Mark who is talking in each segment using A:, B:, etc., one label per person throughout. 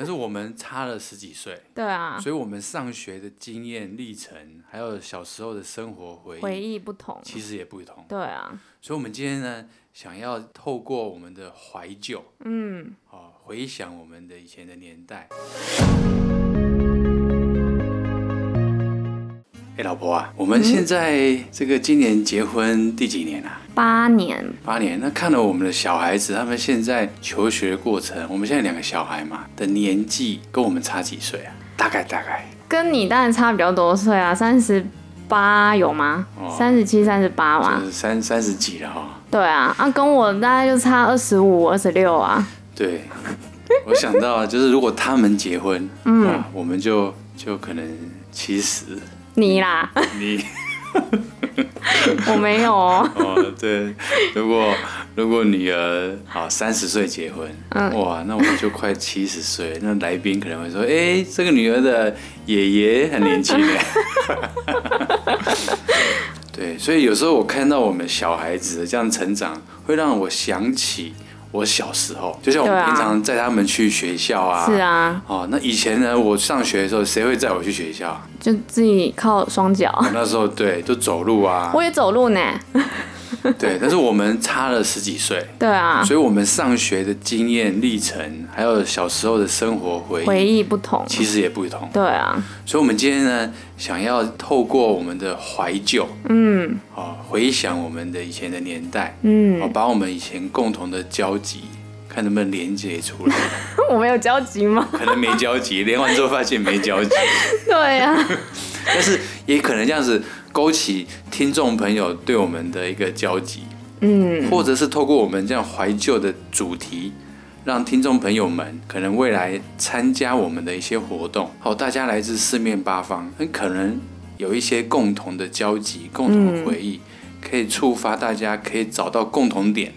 A: 但是我们差了十几岁，
B: 对啊，
A: 所以我们上学的经验历程，还有小时候的生活回忆，
B: 回忆不同，
A: 其实也不同。
B: 对啊，
A: 所以，我们今天呢，想要透过我们的怀旧，
B: 嗯，
A: 哦，回想我们的以前的年代。哎，老婆啊，我
B: 嗯
A: 们现在这个今年结婚第几年啊？
B: 八年，
A: 八年。那看了我们的小孩子，他们现在求学的过程，我们现在两个小孩嘛的年纪跟我们差几岁啊？大概大概
B: 跟你当然差比较多岁啊，三十八有吗
A: 哦？
B: 三十七、三十八嘛
A: 就，是三三十几了哈、哦。
B: 对啊，啊，跟我大概就差二十五、二十六啊，
A: 对，我想到啊就是如果他们结婚，嗯，我们就就可能七十，
B: 你 啦，
A: 你
B: 我没 有哦，
A: 哦对，如果如果女儿好三十岁结婚，
B: 嗯
A: 哇，那我们就快七十岁，那来宾可能会说，哎、这个女儿的爷爷很年轻 哎。对，所以有时候我看到我们小孩子这样成长，会让我想起我小时候，就像我
B: 对
A: 们
B: 啊
A: 平常载他们去学校啊，
B: 是啊，
A: 哦，那以前呢，我上学的时候，谁会载我去学校？
B: 就自己靠双脚，
A: 那时候对，就走路啊，
B: 我也走路呢，
A: 对。但是我们差了十几岁，
B: 对啊，
A: 所以我们上学的经验历程，还有小时候的生活回忆，
B: 回忆不同，
A: 其实也不同。
B: 对啊，
A: 所以，我们今天呢，想要透过我们的怀旧，
B: 嗯
A: 哦，回想我们的以前的年代，哦，
B: 嗯，
A: 把我们以前共同的交集，看能不能连接出来。
B: 我没有交集吗？
A: 可能没交集，连完之后发现没交集。
B: 对 啊，
A: 但是也可能这样子勾起听众朋友对我们的一个交集，
B: 嗯，
A: 或者是透过我们这样怀旧的主题，让听众朋友们可能未来参加我们的一些活动，好，大家来自四面八方，很可能有一些共同的交集、共同的回
B: 嗯
A: 忆，可以触发大家可以找到共同点，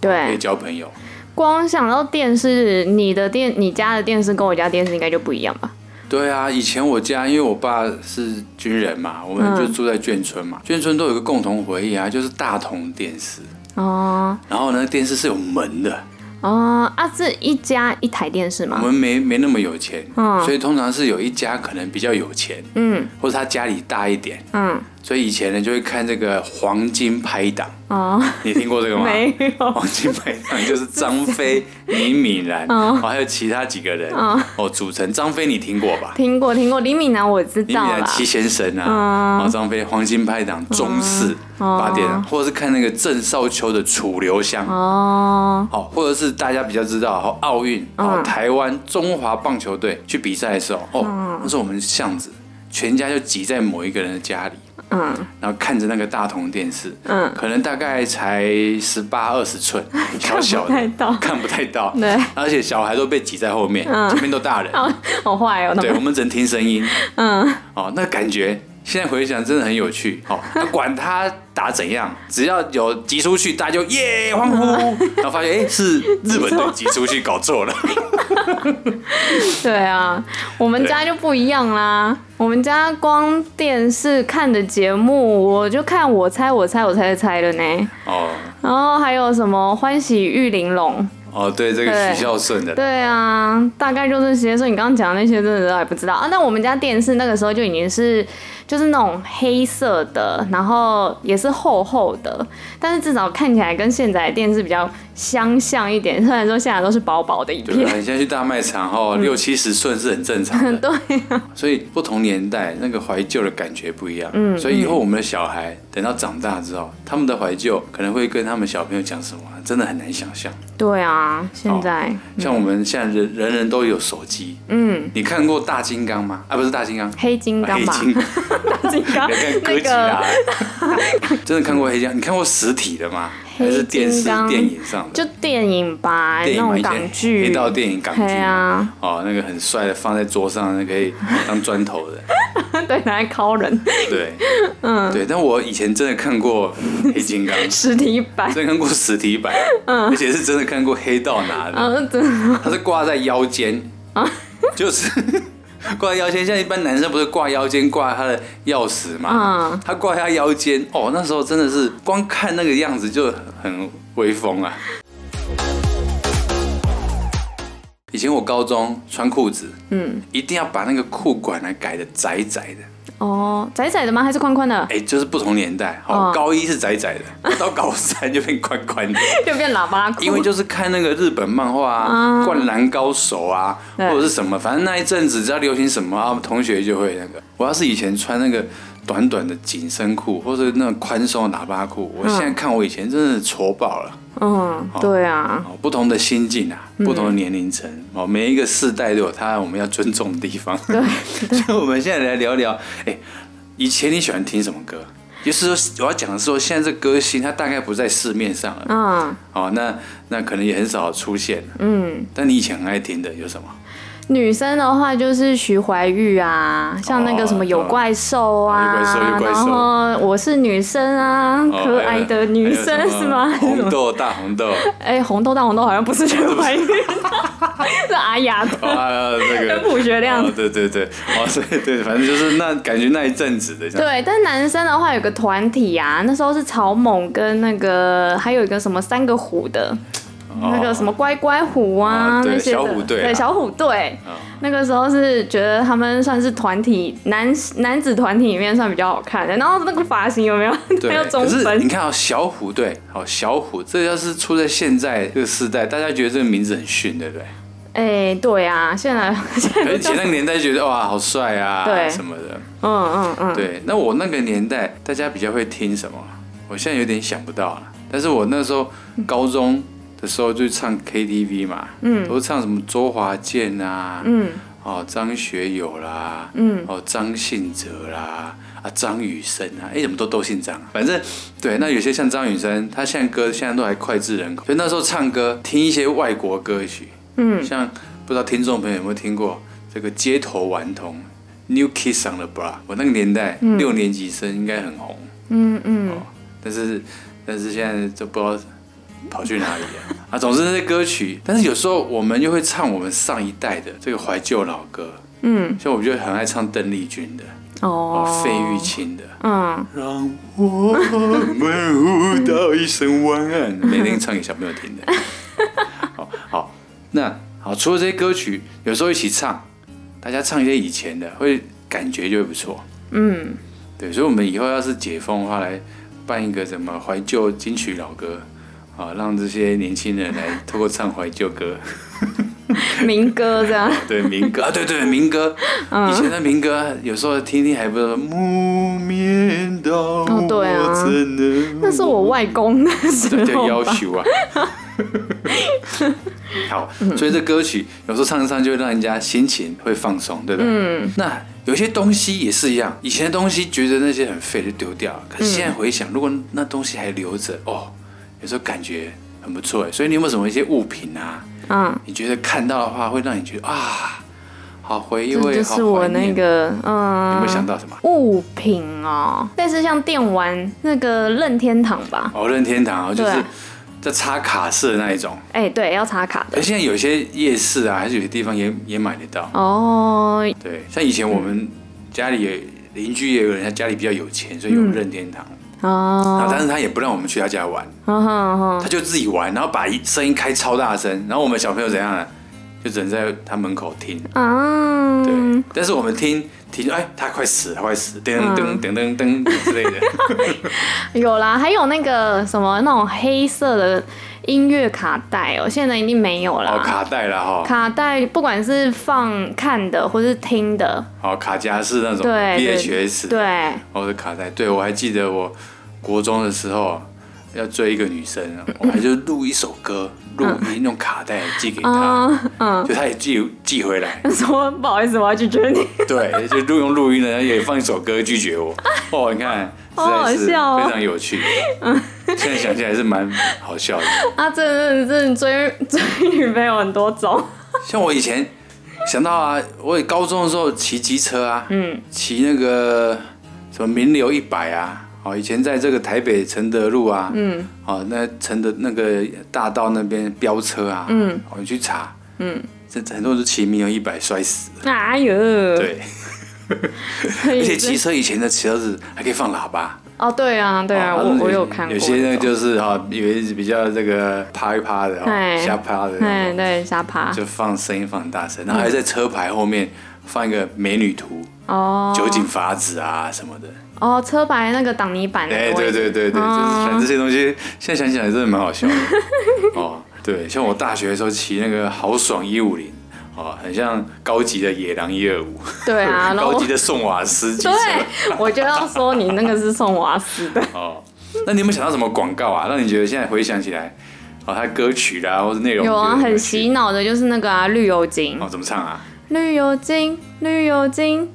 A: 可以
B: 对，
A: 交朋友。
B: 光想到电视，你的电，你家的电视跟我家电视应该就不一样吧？
A: 对啊，以前我家因为我爸是军人嘛，我们就
B: 嗯
A: 住在眷村嘛，眷村都有一个共同回忆啊，就是大同电视。
B: 哦
A: 然后呢，电视是有门的，
B: 哦啊，是一家一台电视
A: 我
B: 吗？
A: 们没没那么有钱，
B: 啊嗯
A: 所以通常是有一家可能比较有钱，
B: 嗯
A: 或者他家里大一点，
B: 嗯
A: 所以以前呢就会看这个黄金拍 档，
B: 哦，
A: 你听过这个吗？
B: 没有，
A: 黄金拍档就是张飞、李敏 然，
B: 嗯
A: 哦，还有其他几个人
B: 嗯
A: 哦组成。张飞你听过吧？
B: 听过听过，李敏南啊我知
A: 李敏
B: 道
A: 然
B: 啦，嗯
A: 七先生啊，哦，张飞黄金拍档中式
B: 哦嗯
A: 八点，或者是看那个郑少秋的《楚留香》
B: 哦 嗯
A: 好，或者是大家比较知道，哦，奥运，哦，台湾中华棒球队去比赛的时候，
B: 嗯
A: 哦，那时候我们巷子全家就挤在某一个人的家里，
B: 嗯
A: 然后看着那个大同电视，
B: 嗯
A: 可能大概才十八二十寸，小小
B: 看
A: 的
B: 不太到，
A: 看不太到，
B: 对，
A: 而且小孩都被挤在后面，前面都大人，
B: 啊，好坏哦，他
A: 对，我
B: 们
A: 们只能听声音，
B: 嗯
A: 哦，那感觉。现在回想真的很有趣，哦，那管他打怎样，只要有挤出去，大家就耶欢呼，
B: 嗯
A: 然后发现哎、诶是日 本队挤出去搞错了，
B: 对啊，我们
A: 对
B: 家就不一样啦，我们家光电视看的节目，我就看我猜我猜我猜的猜了呢，
A: 哦
B: 然后还有什么欢喜玉玲珑。
A: 哦，对，这个
B: 对
A: 许孝顺的，
B: 对啊，大概就这些。所以你刚刚讲的那些，真的都还不知道啊。那我们家电视那个时候就已经是，就是那种黑色的，然后也是厚厚的，但是至少看起来跟现在的电视比较相像一点。 虽然说现在都是薄薄的一
A: 对
B: 片
A: 啊，，你现在去大卖场
B: 嗯
A: 哦，六七十寸是很正常的，
B: 对
A: 所以不同年代那个怀旧的感觉不一样，嗯，所以以后我们的小
B: 嗯
A: 孩等到长大之后，他们的怀旧可能会跟他们小朋友讲什么，真的很难想象。
B: 对啊，现在、
A: 像我们现在人人人都有手机，
B: 嗯，
A: 你看过大金刚吗？啊，不是大金刚，
B: 黑金刚
A: 黑
B: 吧，
A: 哦金刚，
B: 大
A: 你看哥
B: 金刚那
A: 吉拉
B: 个。
A: 真的看过黑金刚？你看过实体的吗？还是电视
B: 黑金刚
A: 电影上的？
B: 就电影吧，
A: 电
B: 那
A: 影嘛以
B: 种
A: 前
B: 港剧，
A: 黑道电影港剧嘛
B: 对啊，
A: 哦，那个很帅的，放在桌上，那可以当砖头 的。
B: 对，拿来敲人，
A: 对，嗯，对。但我以前真的看过黑金 刚，
B: 实体版，
A: 真的看过实体版，而且是真的看过黑道拿的，
B: 嗯，真的
A: 它是挂在腰间，
B: 啊
A: 就是 挂在腰间。像一般男生不是挂腰间挂他的钥匙嘛
B: 嗯，
A: 他挂他腰间，哦，那时候真的是光看那个样子就很威风啊。以前我高中穿裤子，
B: 嗯，
A: 一定要把那个裤管呢改的窄窄的。
B: 哦，窄窄的吗？还是宽 宽的？
A: 哎、就是不同年代，好、
B: 哦
A: 高一是窄窄的，到高三就变宽宽的，
B: 就变喇叭裤。
A: 因为就是看那个日本漫画啊，
B: 啊
A: 灌篮高手》啊，
B: 对
A: 或者是什么，反正那一阵子只要流行什么啊，同学就会那个。我要是以前穿那个短短的紧身裤，或者那种宽松的喇叭裤，我现在看我以前真的挫爆了。
B: 嗯，对啊，
A: 哦，不同的心境啊，不同的年龄层，哦，每一个世代都有他我们要尊重的地方。对， 所以我们现在来聊聊，哎，以前你喜欢听什么歌？就是说，我要讲的是说，现在这歌星它大概不在市面上了，
B: 嗯，
A: 哦，那那可能也很少出现了。嗯，但你以前很爱听的有什么？
B: 女生的话就是徐怀钰啊，像那个什么有怪兽
A: 哦有
B: 啊，
A: 怪兽有怪
B: 然
A: 兽
B: 后我是女生啊，
A: 哦
B: 可爱的女生
A: 还有还有什么
B: 是吗？还是什
A: 红
B: 么？
A: 豆大红豆，
B: 哎、红豆大红豆好像不是徐怀钰， 是阿雅的，
A: 哦还有 那
B: 跟
A: 个
B: 朴学亮
A: 哦，对对对，哦，所以对，反正就是那感觉那一阵子的这样。
B: 对，但男生的话有个团体啊，那时候是草蜢跟那个还有一个什么三个虎的，那个什么乖乖虎啊、
A: 啊哦对
B: 那些的，
A: 小虎队啊哦
B: 对小虎队。那个时候是觉得他们算是团体男男子团体里面算比较好看的，然后那个发型有没有？ 还有中
A: 可是你
B: 分，
A: 看啊、小虎队，好小虎，这要是出在现在这个时代，大家觉得这个名字很逊，对不 对？
B: 哎、对啊，现在 现
A: 可是
B: 在
A: 以前那个年代觉得哇，好帅啊，
B: 对
A: 什么的。
B: 嗯嗯嗯，
A: 对，那我那个年代，大家比较会听什么？我现在有点想不到了。但是我那时候高中的时候就唱 KTV 嘛，嗯，都唱什么周华健啊，嗯，哦张学友啦，嗯，哦张信哲啦，啊张雨生啊，哎、怎么都都姓张啊？反正对，那有些像张雨生，他现在歌现在都还脍炙人口，所以那时候唱歌听一些外国歌曲，嗯，像不知道听众朋友有没有听过这个街头顽童。New Kids on the Block，我那个年代、六年级生应该很红，哦
B: 嗯嗯，
A: 但是但是现在就不知道跑去哪里了啊。总之那些歌曲，但是有时候我们又会唱我们上一代的这个怀旧老歌，嗯，像我就很爱唱邓丽君的，
B: 哦
A: 哦，，费玉，清的，
B: 嗯，
A: 让我们互道一声晚安，每天唱给小朋友听的。好好，那好，除了这些歌曲，有时候一起唱，大家唱一些以前的，会感觉就会不错。
B: 嗯，
A: 对，所以我们以后要是解封的话，来办一个什么怀旧金曲老歌，啊，让这些年轻人来透过唱怀旧歌，
B: 民歌这 样，
A: 对民歌啊，对对民歌，
B: 嗯
A: 以前的民歌有时候听听还不
B: 啊
A: 错。木棉道，
B: 哦对啊
A: 我怎能
B: 那是我外公那时
A: 对，叫
B: 候
A: 要
B: 吧，
A: 求啊。 好，所以这歌曲有时候唱一唱就会让人家心情会放松，对不对？嗯。那有些东西也是一样，以前的东西觉得那些很废就丢掉了，可是现在回想，如果那东西还留着，哦，有时候感觉很不错耶。欸所以你有没有什么一些物品啊？
B: 嗯。
A: 你觉得看到的话会让你觉得啊，好回
B: 这
A: 味，
B: 就是我那
A: 好怀念，
B: 个嗯，
A: 有没有想到什么？
B: 物品哦，类似像电玩那个任天堂吧？
A: 哦，任天堂哦，就
B: 对
A: 是
B: 啊
A: 在插卡式的那一种。
B: 哎、对，要插卡的
A: 而现在有些夜市啊，还是有些地方也也买得到。
B: 哦。
A: 对，像以前我们家里也邻居也有人，他家里比较有钱，所以有任天堂。然后，
B: 嗯哦，
A: 但是他也不让我们去他家玩，
B: 哼哼
A: 他
B: 哼，
A: 就自己玩，然后把一声音开超大声，然后我们小朋友怎样呢？就只能在他门口听。
B: 啊，
A: 对，但是我们听听，哎，他快死了，他快死了，噔
B: 嗯
A: 噔噔噔噔噔之类的。
B: 有啦，还有那个什么那种黑色的音乐卡带哦，现在一定没有啦。
A: 哦，卡带了哈，
B: 卡带不管是放看的或是听的，
A: 哦，卡夹式那种
B: 对对
A: VHS，
B: 对，
A: 我的卡带，对我还记得我国中的时候啊要追一个女生，啊 我还就录一首歌，录音用卡带寄给 她，
B: 嗯嗯，，
A: 就她也寄寄回来
B: 说不好意思，我要拒绝你。
A: 对， 就录用录音的，然后也放一首歌拒绝我。哦，你看，
B: 好好
A: 实在是
B: 笑哦嗯
A: 非常有 趣。现在想起来是蛮好笑的。
B: 啊，这这这追 追女朋友很多种，
A: 像我以前想到啊，我高中的时候骑机车啊，嗯，骑那个什么名流一百啊，哦，以前在这个台北承德路啊，嗯，哦，那承德那个大道那边飙车啊，嗯，我、你去查，嗯，这很多人都骑名流一百摔死了，
B: 哎呦，
A: 对，
B: 而
A: 而且骑车以前的车子还可以放喇叭，
B: 哦哦，对啊，对啊，
A: 哦
B: 我
A: 他们
B: 我有看过
A: 有
B: 那
A: 些
B: 种。
A: 那个就是哈、哦，有一比较这个趴一趴的、哦
B: 哎，
A: 瞎趴的那
B: 哎，
A: 种，
B: 对，沙趴
A: 就放声音放大声，然后
B: 嗯
A: 还在车牌后面放一个美女图、
B: 哦
A: 酒井法子啊什么的。
B: 哦，车牌那个挡泥板的
A: 哎，
B: 位置，
A: 对对对对，就是
B: 哦
A: 反正这些东西，现在想起来真的蛮好 笑的。哦，对，像我大学的时候骑那个豪爽一五零，哦，很像高级的野狼一二五，
B: 对啊，然后
A: 高
B: 我
A: 级的宋瓦斯机车。
B: 对，我就要说你那个是送瓦斯的，
A: 哦，那你有没有想到什么广告啊？让你觉得现在回想起来，哦，它歌曲啦，或者内容
B: 有啊，
A: 觉得
B: 很
A: 有趣
B: 洗脑的，就是那个啊，绿油精，
A: 哦，怎哦么唱啊？
B: 绿油精，绿油精，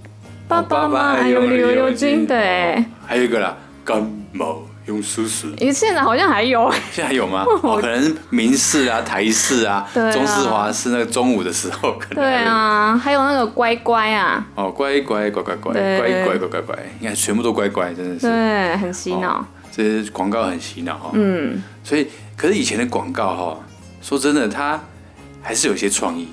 B: 爸爸妈妈有绿油精，对
A: 哦，还有一个啦，感冒用叔叔，
B: 咦，现在好像还 有，
A: 现在还有吗？哦，可能明视啊、台视啊、
B: 对啊
A: 中视、华视那个中午的时候可能
B: 对
A: 还有。
B: 啊，还有那个乖乖啊，
A: 哦，乖乖乖乖乖
B: 对
A: 乖乖乖乖乖，你看全部都乖乖，真的是。
B: 对，很洗脑
A: 哦，这些广告很洗脑哈、哦。嗯，所以可是以前的广告哈、说真的，它还是有些创 意。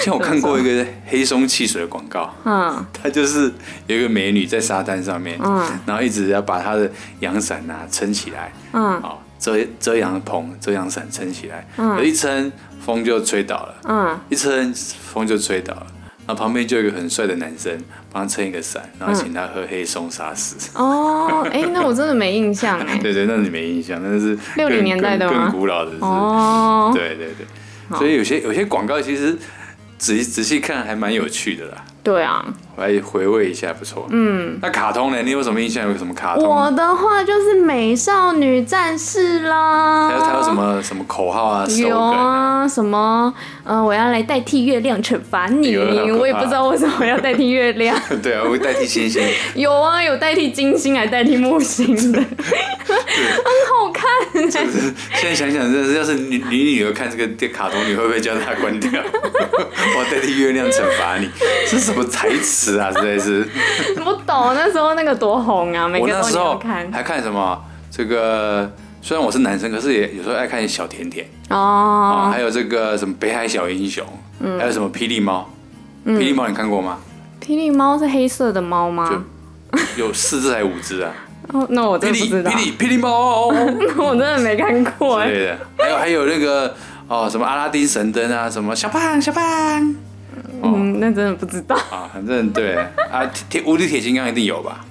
A: 像我看过一个黑松汽水的广告，
B: 嗯，
A: 它就是有一个美女在沙滩上面，
B: 嗯
A: 然后一直要把她的阳伞呐撑起来，
B: 嗯
A: 哦，遮遮阳棚、遮阳伞撑起来，嗯、一撑风就吹倒了，
B: 嗯，
A: 一撑风就吹倒了。然后旁边就有一个很帅的男生帮他撑一个伞，
B: 嗯
A: 然后请他喝黑松沙士。
B: 哦，哎，那我真的没印象哎，
A: 对对，那你没印象，那是
B: 60
A: 更
B: 年代的
A: 更
B: 吗
A: 更古老的是，
B: 哦，
A: 对对对，所以有些有些广告其实仔仔细看还蛮有趣的啦，
B: 对啊，
A: 我来回味一下，不错。嗯，那卡通呢？你有什么印象？有什么卡通？
B: 我的话就是美少女战士啦，
A: 还有还有什？么什么口号啊、手
B: 有
A: 梗啊？
B: 啊，什么？呃，我要来代替月亮惩罚你，
A: 有啊
B: 我也不知道为什么要代替月亮。
A: 对啊，我会代替星星。
B: 有啊，有代替金星，还代替木星的，很好看、欸。
A: 现在想想，真的是，要是你你女儿看这个电卡通，你会不会叫她关 掉？我代替月亮惩罚你，这是什么台词啊？实在是。
B: 不懂那时候那个多红啊，每
A: 我
B: 个
A: 那
B: 都
A: 时
B: 有
A: 候
B: 看
A: 还看什么？这个虽然我是男生，可是也有时候爱看小甜甜啊，
B: 哦。嗯
A: 还有这个什么北海小英雄，还有什么霹雳猫。霹雳猫你看过吗？
B: 霹雳猫是黑色的猫吗？
A: 就有四只还是五只啊？
B: 哦，那我
A: 霹
B: 真的不
A: 雳
B: 知道
A: 霹， 雳霹雳猫之
B: 我真的没看过、欸。
A: 类的，还有还有那个哦什么阿拉丁神灯啊，什么小胖小胖哦
B: 嗯，那真的不知道。
A: 啊，反正对啊，铁无敌铁金刚一定有吧？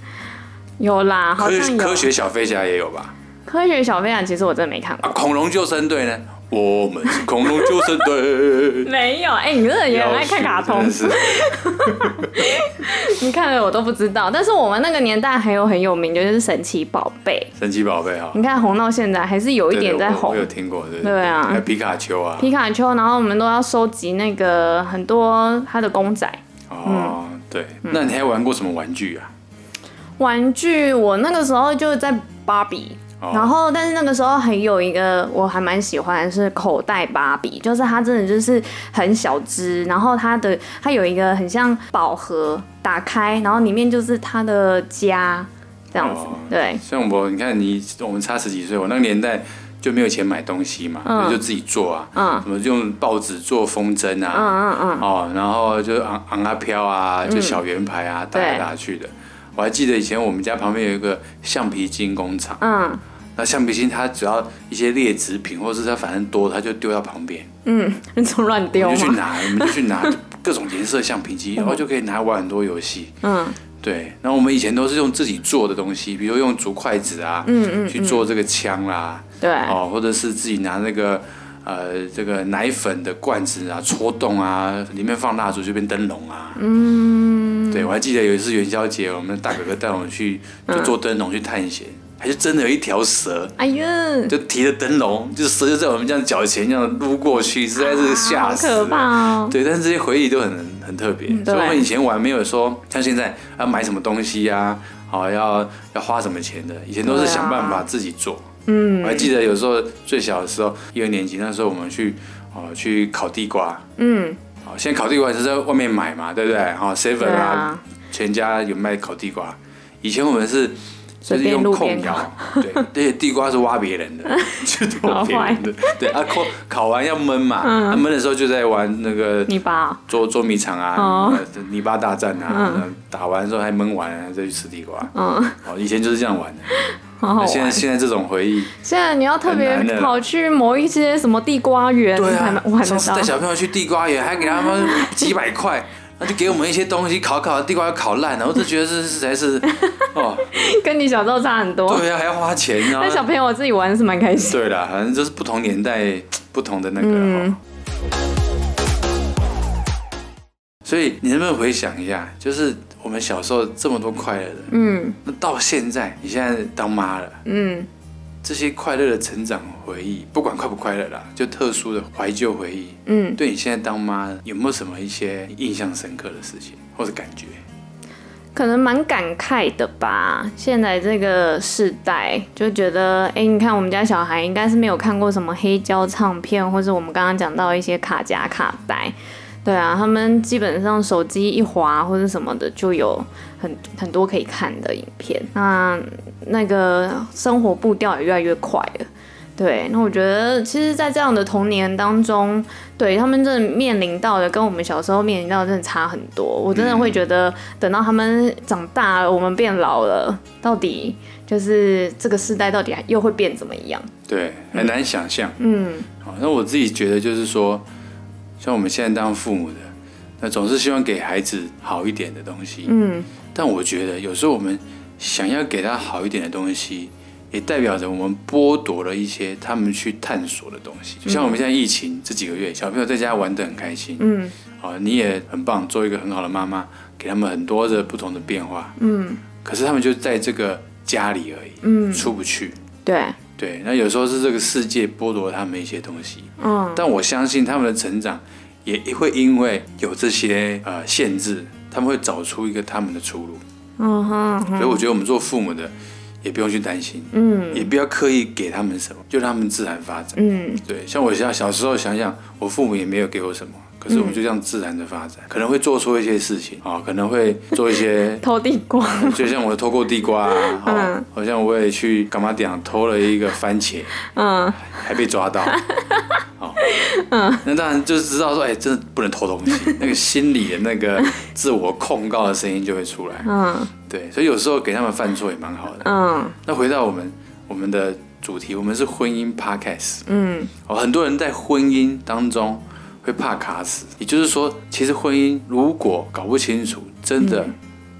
B: 有啦，好
A: 科
B: 像
A: 学
B: 有
A: 科学小飞侠也有吧？
B: 科学小飞侠，其实我真的没看
A: 啊，
B: 过。
A: 恐龙救生队呢？我们是恐龙救生队。
B: 没有，哎、你真的也很爱看卡通
A: 真的，是
B: 你看了我都不知道。但是我们那个年代还有很有名，就是神奇宝贝，
A: 神奇宝贝哈，
B: 你看红到现在还是 有一
A: 对
B: 点
A: 对
B: 在
A: 我
B: 红
A: 我。有听过，对
B: 对啊
A: 还有皮卡丘啊，
B: 皮卡丘，然后我们都要收集那个很多它的公仔
A: 哦，
B: 嗯
A: 对，那你还玩过什么玩具啊？
B: 玩具。我那个时候就在芭比。
A: 哦
B: 然后，但是那个时候还有一个我还蛮喜欢的是口袋芭比，就是它真的就是很小只，然后它的它有一个很像宝盒，打开然后里面就是它的家这样子，
A: 哦
B: 对，
A: 像我，你看你，我们差十几岁，我那个年代就没有钱买东西嘛，
B: 嗯
A: 所以就自己做啊，
B: 嗯
A: 什么用报纸做风筝
B: 嗯
A: 啊，
B: 嗯嗯，
A: 哦，然后就昂昂啊飘啊，就小圆牌啊，打来
B: 对
A: 打去的。我还记得以前我们家旁边有一个橡皮筋工厂，
B: 嗯，
A: 那橡皮筋它只要一些劣质品，或是它反正多，它就丢到旁边。
B: 那种乱丢
A: 我们就去
B: 嘛。
A: 拿，我们就去拿各种颜色橡皮筋，然后就可以拿玩很多游戏。
B: 嗯，
A: 对，然后我们以前都是用自己做的东西，比如用竹筷子啊，嗯嗯，去做这个枪啦，
B: 对，
A: 哦，或者是自己拿那个呃这个奶粉的罐子啊戳洞啊，里面放蜡烛就变灯笼啊。嗯，对，我还记得有一次元宵节，我们的大哥哥带我们去就做灯笼去探险，还是真的有一条蛇。
B: 哎呀，
A: 就提着灯笼，就蛇就在我们这样脚前这样撸过去，实在是吓
B: 好
A: 死
B: 可
A: 了。
B: 怕哦。
A: 对，但是这些回忆都很很特别，
B: 嗯对
A: 所以我们以前玩没有说像现在要买什么东西呀、啊，好、要要花什么钱的，以前都是
B: 对啊
A: 想办法自己做。嗯，我还记得有时候最小的时候，一二年级那时候我们去哦、去烤地瓜，
B: 嗯，
A: 哦，现在烤地瓜是在外面买嘛，对不对？哦，seven
B: 啊对
A: 啊，
B: 啊
A: 全家有卖烤地瓜。以前我们是就
B: 随
A: 是
B: 便
A: 用
B: 路
A: 空
B: 边
A: 窑
B: 烤。，
A: 对，而且地瓜是挖别 人的，去偷别人的，对啊，烤烤完要焖嘛，
B: 嗯
A: 啊焖的时候就在玩那个
B: 泥巴
A: 捉捉迷藏啊，
B: 哦
A: 呃泥巴大战啊，打完之后还焖完了再去吃地瓜，
B: 哦，嗯，
A: 哦，以前就是这样玩的，
B: 好好
A: 那现在
B: 玩。
A: 现在这种回忆，
B: 现在你要特别
A: 很难的
B: 跑去某一些什么地瓜园，
A: 对
B: 还
A: 啊
B: 蛮我还，
A: 上
B: 没
A: 次带
B: 到。
A: 小朋友去地瓜园，还给他们几百块。那就给我们一些东西烤烤，地瓜要烤烂了，我就觉得这实在 是，哦，
B: 跟你小时候差很多。
A: 对呀、还要花钱啊。
B: 那小朋友我自己玩是蛮开心。
A: 对啦，反正就是不同年代不同的那个、
B: 嗯
A: 哦。所以你能不能回想一下，就是我们小时候这么多快乐的，
B: 嗯
A: 那到现在你现在当妈了，
B: 嗯，
A: 这些快乐的成长回忆，不管快不快乐啦，就特殊的怀旧回忆，
B: 嗯，
A: 对你现在当妈有没有什么一些印象深刻的事情或者感觉？
B: 可能蛮感慨的吧。现在这个世代就觉得，哎、你看我们家小孩应该是没有看过什么黑胶唱片，或者我们刚刚讲到一些卡夹卡带。对啊，他们基本上手机一滑或者什么的，就有很很多可以看的影片。那那个生活步调也越来越快了。对，那我觉得其实，在这样的童年当中，对他们真的面临到的，跟我们小时候面临到的真的差很多。我真的会觉得，等到他们长大了，我们变老了，到底就是这个世代到底还又会变怎么样？
A: 对，很难想象。
B: 嗯
A: 好，那我自己觉得就是说，像我们现在当父母的，那总是希望给孩子好一点的东西。
B: 嗯，
A: 但我觉得有时候我们想要给他好一点的东西，也代表着我们剥夺了一些他们去探索的东西。就像我们现在疫情这几个月，小朋友在家玩得很开心，
B: 嗯，
A: 啊，你也很棒，做一个很好的妈妈，给他们很多的不同的变化，嗯。可是他们就在这个家里而已，嗯，出不去。
B: 对，
A: 对，那有时候是这个世界剥夺了他们一些东西，
B: 嗯
A: 但我相信他们的成长也会因为有这些呃限制，他们会找出一个他们的出路。
B: 嗯哼，
A: 所以我觉得我们做父母的也不用去担心，
B: 嗯
A: 也不要刻意给他们什么，就让他们自然发展。
B: 嗯，
A: 对，像我小小时候想想，我父母也没有给我什么。可是我们就这样自然的发展，可能会做出一些事情啊、可能会做一些
B: 偷地瓜，
A: 就像我偷过地瓜啊，好、好像我也去干嘛点偷了一个番茄，
B: 嗯
A: 还被抓到。好，那当然就知道说，哎、真的不能偷东西，那个心理的那个自我控告的声音就会出来。
B: 嗯
A: 对，所以有时候给他们犯错也蛮好的。
B: 嗯
A: 那回到我们我们的主题，我们是婚姻 podcast，
B: 嗯
A: 哦，很多人在婚姻当中会怕卡死，也就是说，其实婚姻如果搞不清楚，真的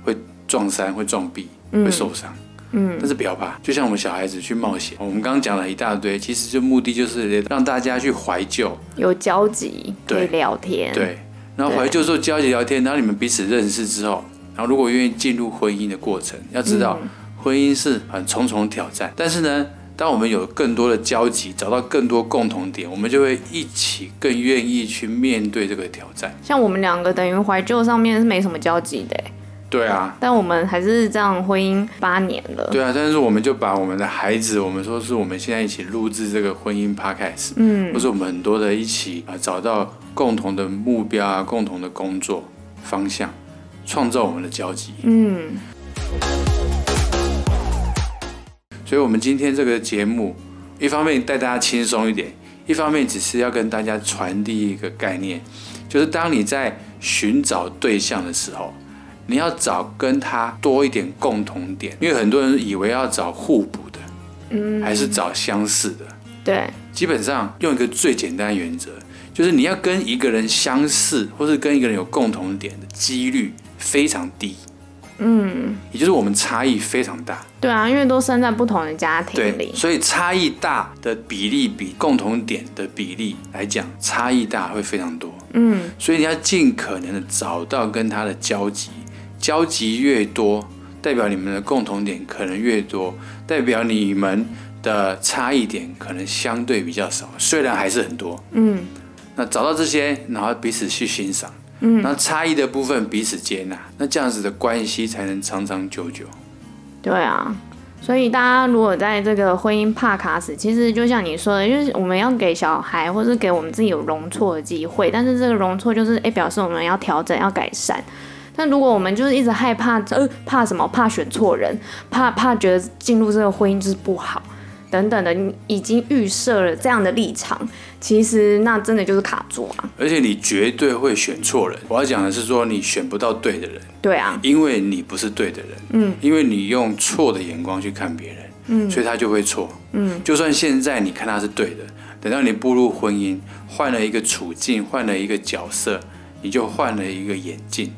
A: 会撞山、会撞壁、会受伤。
B: 嗯，
A: 但是不要怕，就像我们小孩子去冒险，我们刚刚讲了一大堆，其实就目的就是让大家去怀旧，
B: 有交集，可
A: 对
B: 以聊天，，
A: 对，然后怀旧之后交集聊天，然后你们彼此认识之后，然后如果愿意进入婚姻的过程，要知道、婚姻是很重重挑战，但是呢，当我们有更多的交集，找到更多共同点，我们就会一起更愿意去面对这个挑战。
B: 像我们两个等于怀旧上面是没什么交集的欸、
A: 对啊，
B: 但我们还是这样婚姻八年了。
A: 对啊，但是我们就把我们的孩子，我们说是我们现在一起录制这个婚姻 podcast，
B: 嗯
A: 或是我们很多的一起啊，找到共同的目标啊，共同的工作方向，创造我们的交集。
B: 嗯
A: 所以，我们今天这个节目，一方面带大家轻松一点，一方面只是要跟大家传递一个概念，就是当你在寻找对象的时候，你要找跟他多一点共同点，因为很多人以为要找互补的，
B: 嗯，
A: 还是找相似的。
B: 对，
A: 基本上用一个最简单的原则，就是你要跟一个人相似，或是跟一个人有共同点的几率非常低，
B: 嗯，
A: 也就是我们差异非常大。
B: 对啊，因为都生在不同的家庭
A: 对，
B: 里，
A: 所以差异大的比例比共同点的比例来讲，差异大会非常多。
B: 嗯
A: 所以你要尽可能的找到跟他的交集，交集越多，代表你们的共同点可能越多，代表你们的差异点可能相对比较少，虽然还是很多。
B: 嗯
A: 那找到这些，然后彼此去欣赏，嗯，然后差异的部分彼此接纳，那这样子的关系才能长长久久。
B: 对啊。所以大家如果在这个婚姻怕卡死，其实就像你说的，就是我们要给小孩或是给我们自己有容错的机会，但是这个容错就是哎、诶表示我们要调整、要改善。但如果我们就是一直害怕，呃，怕什么？怕选错人，怕怕觉得进入这个婚姻就是不好，等等的，你已经预设了这样的立场，其实那真的就是卡住啊。
A: 而且你绝对会选错人。我要讲的是说，你选不到对的人，
B: 对啊，
A: 因为你不是对的人，嗯，因为你用错的眼光去看别人，嗯，所以他就会错，嗯，就算现在你看他是对的，等到你步入婚姻，换了一个处境，换了一个角色，你就换了一个眼镜，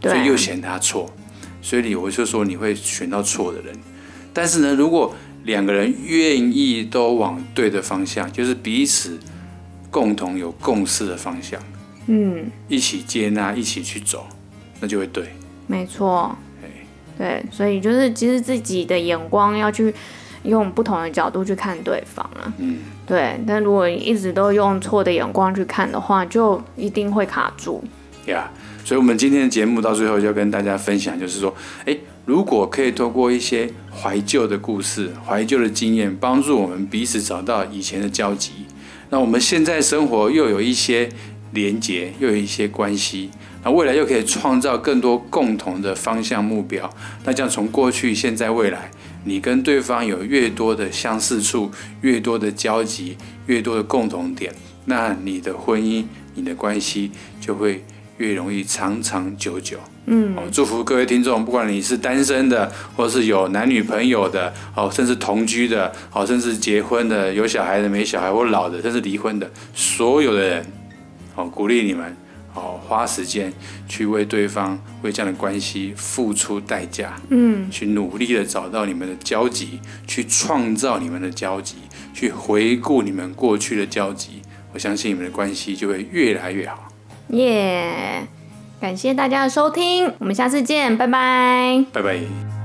B: 对
A: 所
B: 啊
A: 以又嫌他错，所以我就说你会选到错的人。但是呢，如果两个人愿意都往对的方向，就是彼此共同有共识的方向，
B: 嗯，
A: 一起接纳，一起去走，那就会对。
B: 没错
A: 哎。
B: 对，所以就是其实自己的眼光要去用不同的角度去看对方啊。
A: 嗯，
B: 对，但如果一直都用错的眼光去看的话，就一定会卡住。
A: 呀所以我们今天的节目到最后就跟大家分享，就是说，诶，如果可以透过一些怀旧的故事、怀旧的经验，帮助我们彼此找到以前的交集，那我们现在生活又有一些连结，又有一些关系，那未来又可以创造更多共同的方向目标。那这样从过去、现在、未来，你跟对方有越多的相似处，越多的交集，越多的共同点，那你的婚姻、你的关系就会越容易长长久久。嗯、哦，祝福各位听众，不管你是单身的，或是有男女朋友的，哦，甚至同居的，哦，甚至结婚的，有小孩的、没小孩或老的，甚至离婚的，所有的人，哦，鼓励你们，哦，花时间去为对方、为这样的关系付出代价，嗯，去努力的找到你们的交集，去创造你们的交集，去回顾你们过去的交集，我相信你们的关系就会越来越好。
B: 耶、感谢大家的收听，我们下次见，拜拜。
A: 拜拜。